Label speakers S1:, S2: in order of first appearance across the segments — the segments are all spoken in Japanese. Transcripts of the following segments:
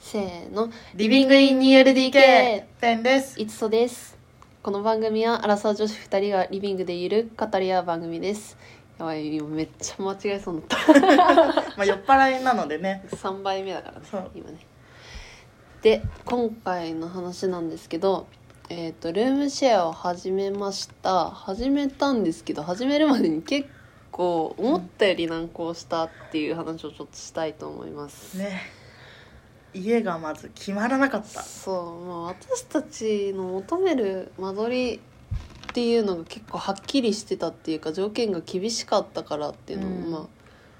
S1: せーの
S2: リビングイン 2LDK ペンです
S1: いつそですこの番組はアラサー女子2人がリビングでゆるく語り合う番組ですやばい今めっちゃ間違えそうになっ
S2: まあ酔っ払いなのでね
S1: た3杯目だからね
S2: そう
S1: 今ねで今回の話なんですけどえっ、とルームシェアを始めました始めたんですけど始めるまでに結構思ったより難航したっていう話をちょっとしたいと思います
S2: ね家がまず決まらなかった
S1: そう、まあ、私たちの求める間取りっていうのが結構はっきりしてたっていうか条件が厳しかったからっていうのも、
S2: うん
S1: まあ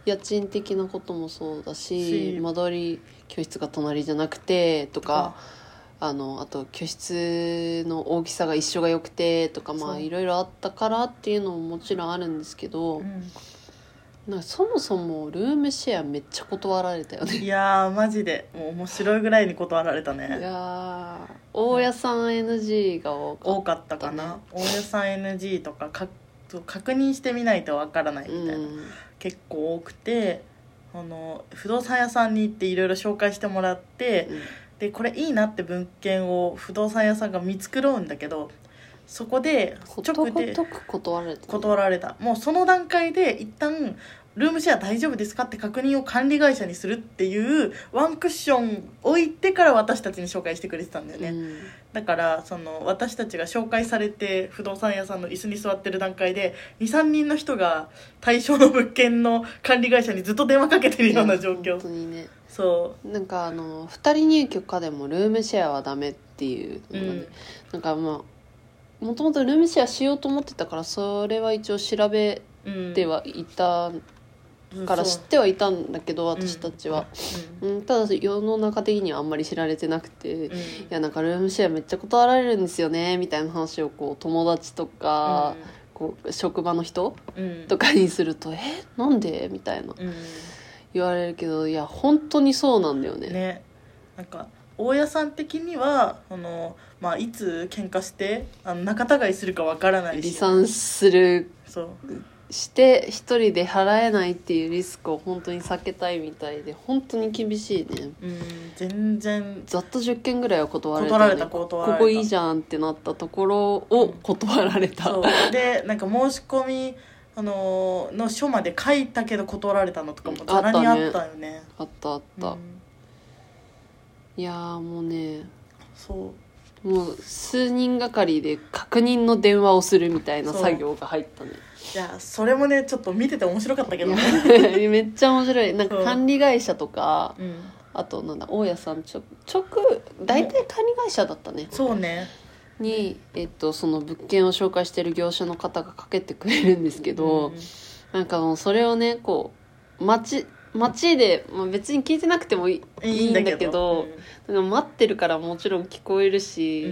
S1: 家賃的なこともそうだし
S2: し
S1: 間取り教室が隣じゃなくてとかあのあと教室の大きさが一緒が良くてとかま
S2: そ
S1: あ
S2: う
S1: いろいろあったからっていうのももちろんあるんですけど、
S2: うん
S1: なんかそもそもルームシェアめっちゃ断られたよね。
S2: いやーマジでもう面白いぐらいに断られた
S1: い
S2: ね
S1: やー大家さん NG が多かった
S2: 多かったかな大家さん NG とかかそう確認してみないとわからないみた
S1: う
S2: いな、
S1: ん
S2: 結構多くてあの不動産屋さんに行っていろいろ紹介してもらって、でこれいいなって物件を不動産屋さんが見繕うんだけどそこで
S1: こと
S2: 直
S1: ご
S2: で
S1: とく断られて
S2: 断られたもうその段階で一旦ルームシェア大丈夫ですかって確認を管理会社にするっていうワンクッション置いてから私たちに紹介してくれてたんだよね、
S1: うん
S2: だからその私たちが紹介されて不動産屋さんの椅子に座ってる段階で23人の人が対象の物件の管理会社にずっと電話かけてるような状
S1: いや
S2: 況
S1: 本当にね
S2: そ
S1: なんかあの二人入居かでもルームシェアはダメっていう
S2: う、う
S1: のがね
S2: ん、
S1: なんかまあもともとルームシェアしようと思ってたからそれは一応調べ
S2: うん、
S1: てはいたから知
S2: そ
S1: っ
S2: う
S1: てはいたんだけど
S2: ん
S1: 私たちは、
S2: うん
S1: うん、ただ世の中的にはあんまり知られてなくて、い
S2: い
S1: やなんかルームシェアめっちゃ断られるんですよねみたいな話をこう友達とか、こう職場の人
S2: うん
S1: とかにすると「えなんで?」みたいな
S2: うん
S1: 言われるけどいや本当にそうなんだよね
S2: ねなんか大家さん的にはあの、まあ、いつ喧嘩してあの仲違いするかわからない
S1: 離
S2: し
S1: 散する
S2: そう
S1: して一人で払えないっていうリスクを本当に避けたいみたいで本当に厳しいね
S2: うん全然
S1: ざっと10件ぐらいは断られた,、
S2: 断られた断られた
S1: ここいいじゃんってなったところを断られた、
S2: そうでなんか申し込みあのの書まで書いたけど断られたのとかもざらにあったよね
S1: あったあっ
S2: うん
S1: た、いやーもうね
S2: そ
S1: もう数人がかりで確認の電話をするみたいな
S2: そう
S1: 作業が入ったね
S2: ういやそれもねちょっと見てて面白かったけどね、
S1: いや めっちゃ面白いなんか管理会社とか、
S2: うん、
S1: あとなんだ大家さんちょ直大体管理会社だったね
S2: そうね
S1: に、えっと、その物件を紹介してる業者の方がかけてくれるんですけど、なんかもうそれをねこう街街で、まあ、別に聞いてなくてもいい
S2: うん
S1: いいんだけど、なんか待ってるからもちろん聞こえる
S2: うん
S1: し、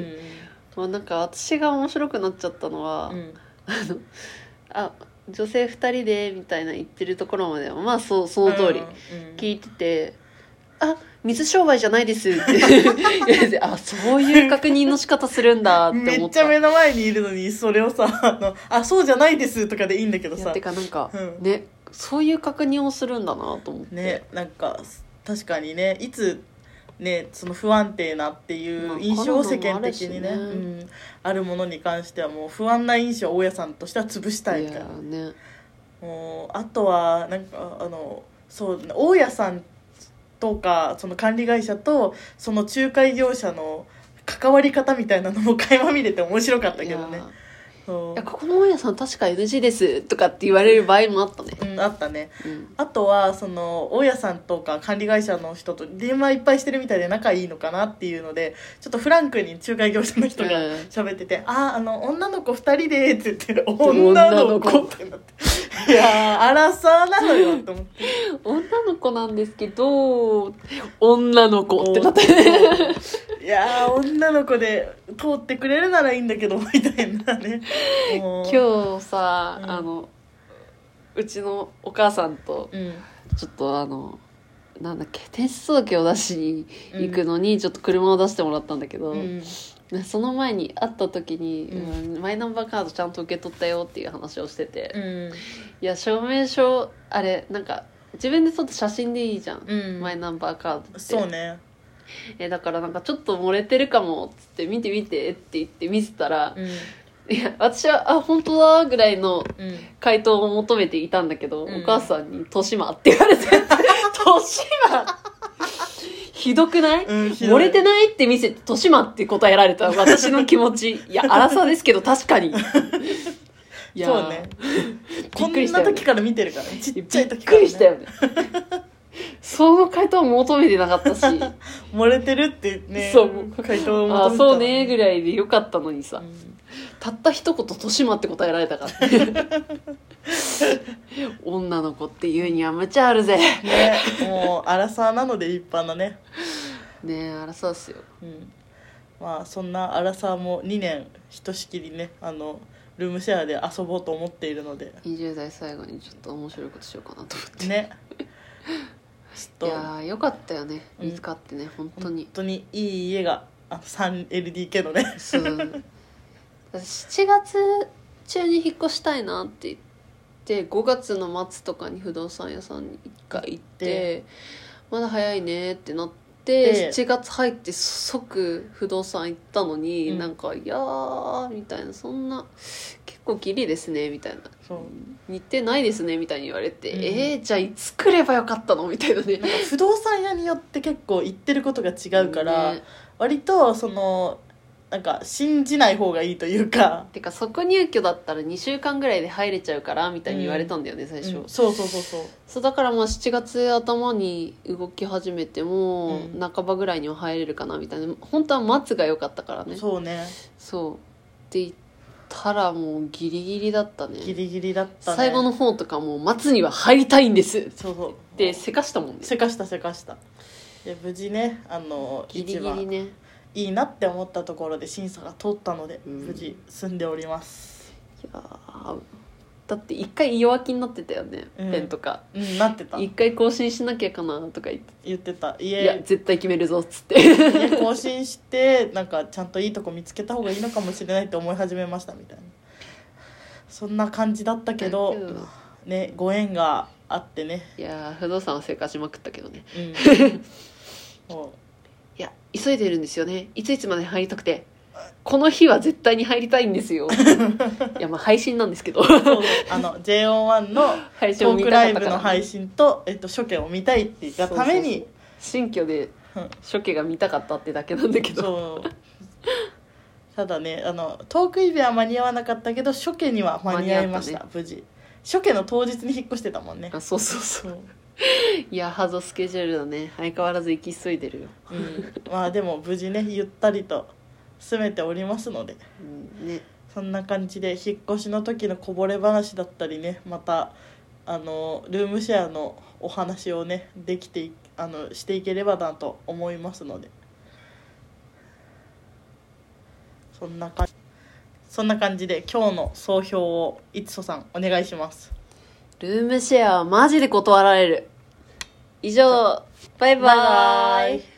S1: ま
S2: うん
S1: あ、なんか私が面白くなっちゃったのは、
S2: うん
S1: あのあ女性2人でみたいな言ってるところまではまあそうその通り、
S2: うん
S1: 聞いてて「あ水商売じゃないです」って言われて あそういう確認の仕方するんだって
S2: め
S1: 思
S2: っ
S1: っ
S2: ちゃ
S1: た。
S2: 目の前にいるのにそれをさ「あのあそうじゃないです」とかでいいんだけど
S1: いや
S2: さ
S1: てかなんか、
S2: うん
S1: ねそういう確認をするんだなと思って、
S2: ねなんか確かにねいつねその不安定なってい
S1: まあ
S2: う印象を
S1: コロナ
S2: 世
S1: も
S2: 間的にね,、
S1: あるしね
S2: うん、あるものに関してはもう不安な印象を大家さんとしては潰したい
S1: い
S2: みたい
S1: や
S2: な
S1: ね
S2: もうあとはなんかあのそう大家さんとかその管理会社とその仲介業者の関わり方みたいなのも垣間見れて面白かったけど
S1: い
S2: ね
S1: や
S2: そう
S1: いやここの大家さん確か NG ですとかって言われる場合もあったね、
S2: うん、あったね
S1: うん
S2: あとはその大家さんとか管理会社の人と電話いっぱいしてるみたいで仲いいのかなっていうのでちょっとフランクに仲介業者の人が
S1: うん
S2: 喋ってて「あああの女の子2人で」って言って 「
S1: 女
S2: 女
S1: の
S2: の
S1: 子
S2: 子」ってなって「いやーあらさなのよ」と思って
S1: 女の子なんですけど女の子ってなって
S2: 「いやー女の子で通ってくれるならいいんだけど」みたいなねもう
S1: 今日さ、
S2: うん
S1: あのうちのお母さんと
S2: うん
S1: ちょっとあのなんだっけ転出届を出しに行くのにちょっと車を出してもらったんだけど、
S2: うん
S1: その前に会った時に、
S2: う
S1: うんマイナンバーカードちゃんと受け取ったよっていう話をしてて、
S2: う
S1: い
S2: ん
S1: や証明書あれなんか自分で撮った写真でいいじゃん、
S2: うん
S1: マイナンバーカードって
S2: そうね
S1: えだからなんかちょっと漏れてるかもっつって見て見てって言って見せたら、
S2: うん
S1: いや私はあ本当だぐらいの
S2: うん
S1: 回答を求めていたんだけど、
S2: うん
S1: お母さんに「豊島」って言われて 「豊島」ひどくない、
S2: うんひどい
S1: 漏れてないって見せて「豊島」って答えられた私の気持ちいや荒さですけど確 かにいやー
S2: そう ね
S1: び
S2: こ
S1: っくり
S2: ん
S1: した
S2: な
S1: よね
S2: 時から見てるからねちっちゃい
S1: びっ
S2: 時から、
S1: く
S2: ね、
S1: りしたよねその回答を求めてなかった し
S2: 漏れてるってね
S1: そう
S2: 回答を
S1: あ
S2: 求めた
S1: そうねぐ
S2: い、
S1: らいでよかったのにさ、
S2: うん
S1: たった一言「豊島」って答えられたから 女の子っていうには無茶あるぜ
S2: ねもう荒沢なので立派なね、
S1: ねえ争うっすよ
S2: うん、まあそんな荒沢も2年ひとしきりねあのルームシェアで遊ぼうと思っているので
S1: 20代最後にちょっと面白いことしようかなと思 って、
S2: ねち
S1: い
S2: ょっ
S1: や
S2: と
S1: ーよかったよね
S2: うん
S1: 見つかってね、本当
S2: 本
S1: に
S2: 当にいい家があの 3LDK のね
S1: そう7月中に引っ越したいなって言って5月の末とかに不動産屋さんに一回行ってまだ早いねってなって。
S2: で
S1: 7月入って即不動産行ったのに、
S2: うん
S1: なんか「いやー」みたいな「そんな結構ギリですね」みたいな
S2: そう
S1: 似てないですねみたいに言われて、
S2: うん
S1: えー、じゃあいつ来ればよかったのみたいなね
S2: なんか不動産屋によって結構言ってることが違うから、
S1: ね
S2: 割とそのなんか信じない方がいいというか、
S1: てか即入居だったら2週間ぐらいで入れちゃうからみたいに言われたんだよね、最初、
S2: うんそうそうそうそう
S1: そうだからまあ7月頭に動き始めても、
S2: うん
S1: 半ばぐらいには入れるかなみたいな本当は待つが良かったからねそう
S2: そうね
S1: って言ったらもうギリギリだったね
S2: ギリギリだったね
S1: 最後の方とかもう待つには入りたいんです
S2: そうそう
S1: でせかしたもんね
S2: せかしたせかしたで無事ねあの
S1: ギリギリね
S2: 一番いいなって思ったところで審査が通ったので、
S1: うん
S2: 無事住んでおります
S1: いやーだって一回弱気になってたよね、
S2: うん
S1: ペンとか
S2: うんなってた
S1: 一回更新しなきゃかなとか言って、
S2: 言ってた
S1: いや
S2: 家
S1: 絶対決めるぞっつって
S2: 家 更新してなんかちゃんといいとこ見つけた方がいいのかもしれないって思い始めましたみたいなそんな感じだったけ
S1: だ
S2: ど
S1: けど
S2: ねご縁があってね、
S1: いやー不動産は生活しまくったけどね
S2: うん も
S1: いや急いでるんですよねいついつまで入りたくてこの日は絶対に入りたいんです よいやまあ配信なんですけど
S2: うそうあの JO1 の
S1: 配信を
S2: ト
S1: 見
S2: ーク
S1: たか
S2: ラ
S1: っ
S2: イ
S1: た
S2: ブ
S1: か
S2: の
S1: ら、
S2: 配信と、えっと、初見を見たいって言ったために
S1: 新居で
S2: うん
S1: 初期が見たかったってだけなんだけど
S2: そうただねあのトークイベは間に合わなかったけど初見には間に合いました
S1: 間
S2: 無事初見の当日に引っ越してたもんね
S1: あそうそう そう
S2: そう、
S1: いやハードスケジュールだね相変わらず行き急いでるよ、
S2: うん、まあでも無事ねゆったりと住めておりますので
S1: うん、ね
S2: そんな感じで引っ越しの時のこぼれ話だったりねまたあのルームシェアのお話をねできていあのしていければなと思いますのでそんなかそんな感じで今日の総評をいつそさんお願いします
S1: ルームシェアはマジで断られる以上バイバイ
S2: バイバイ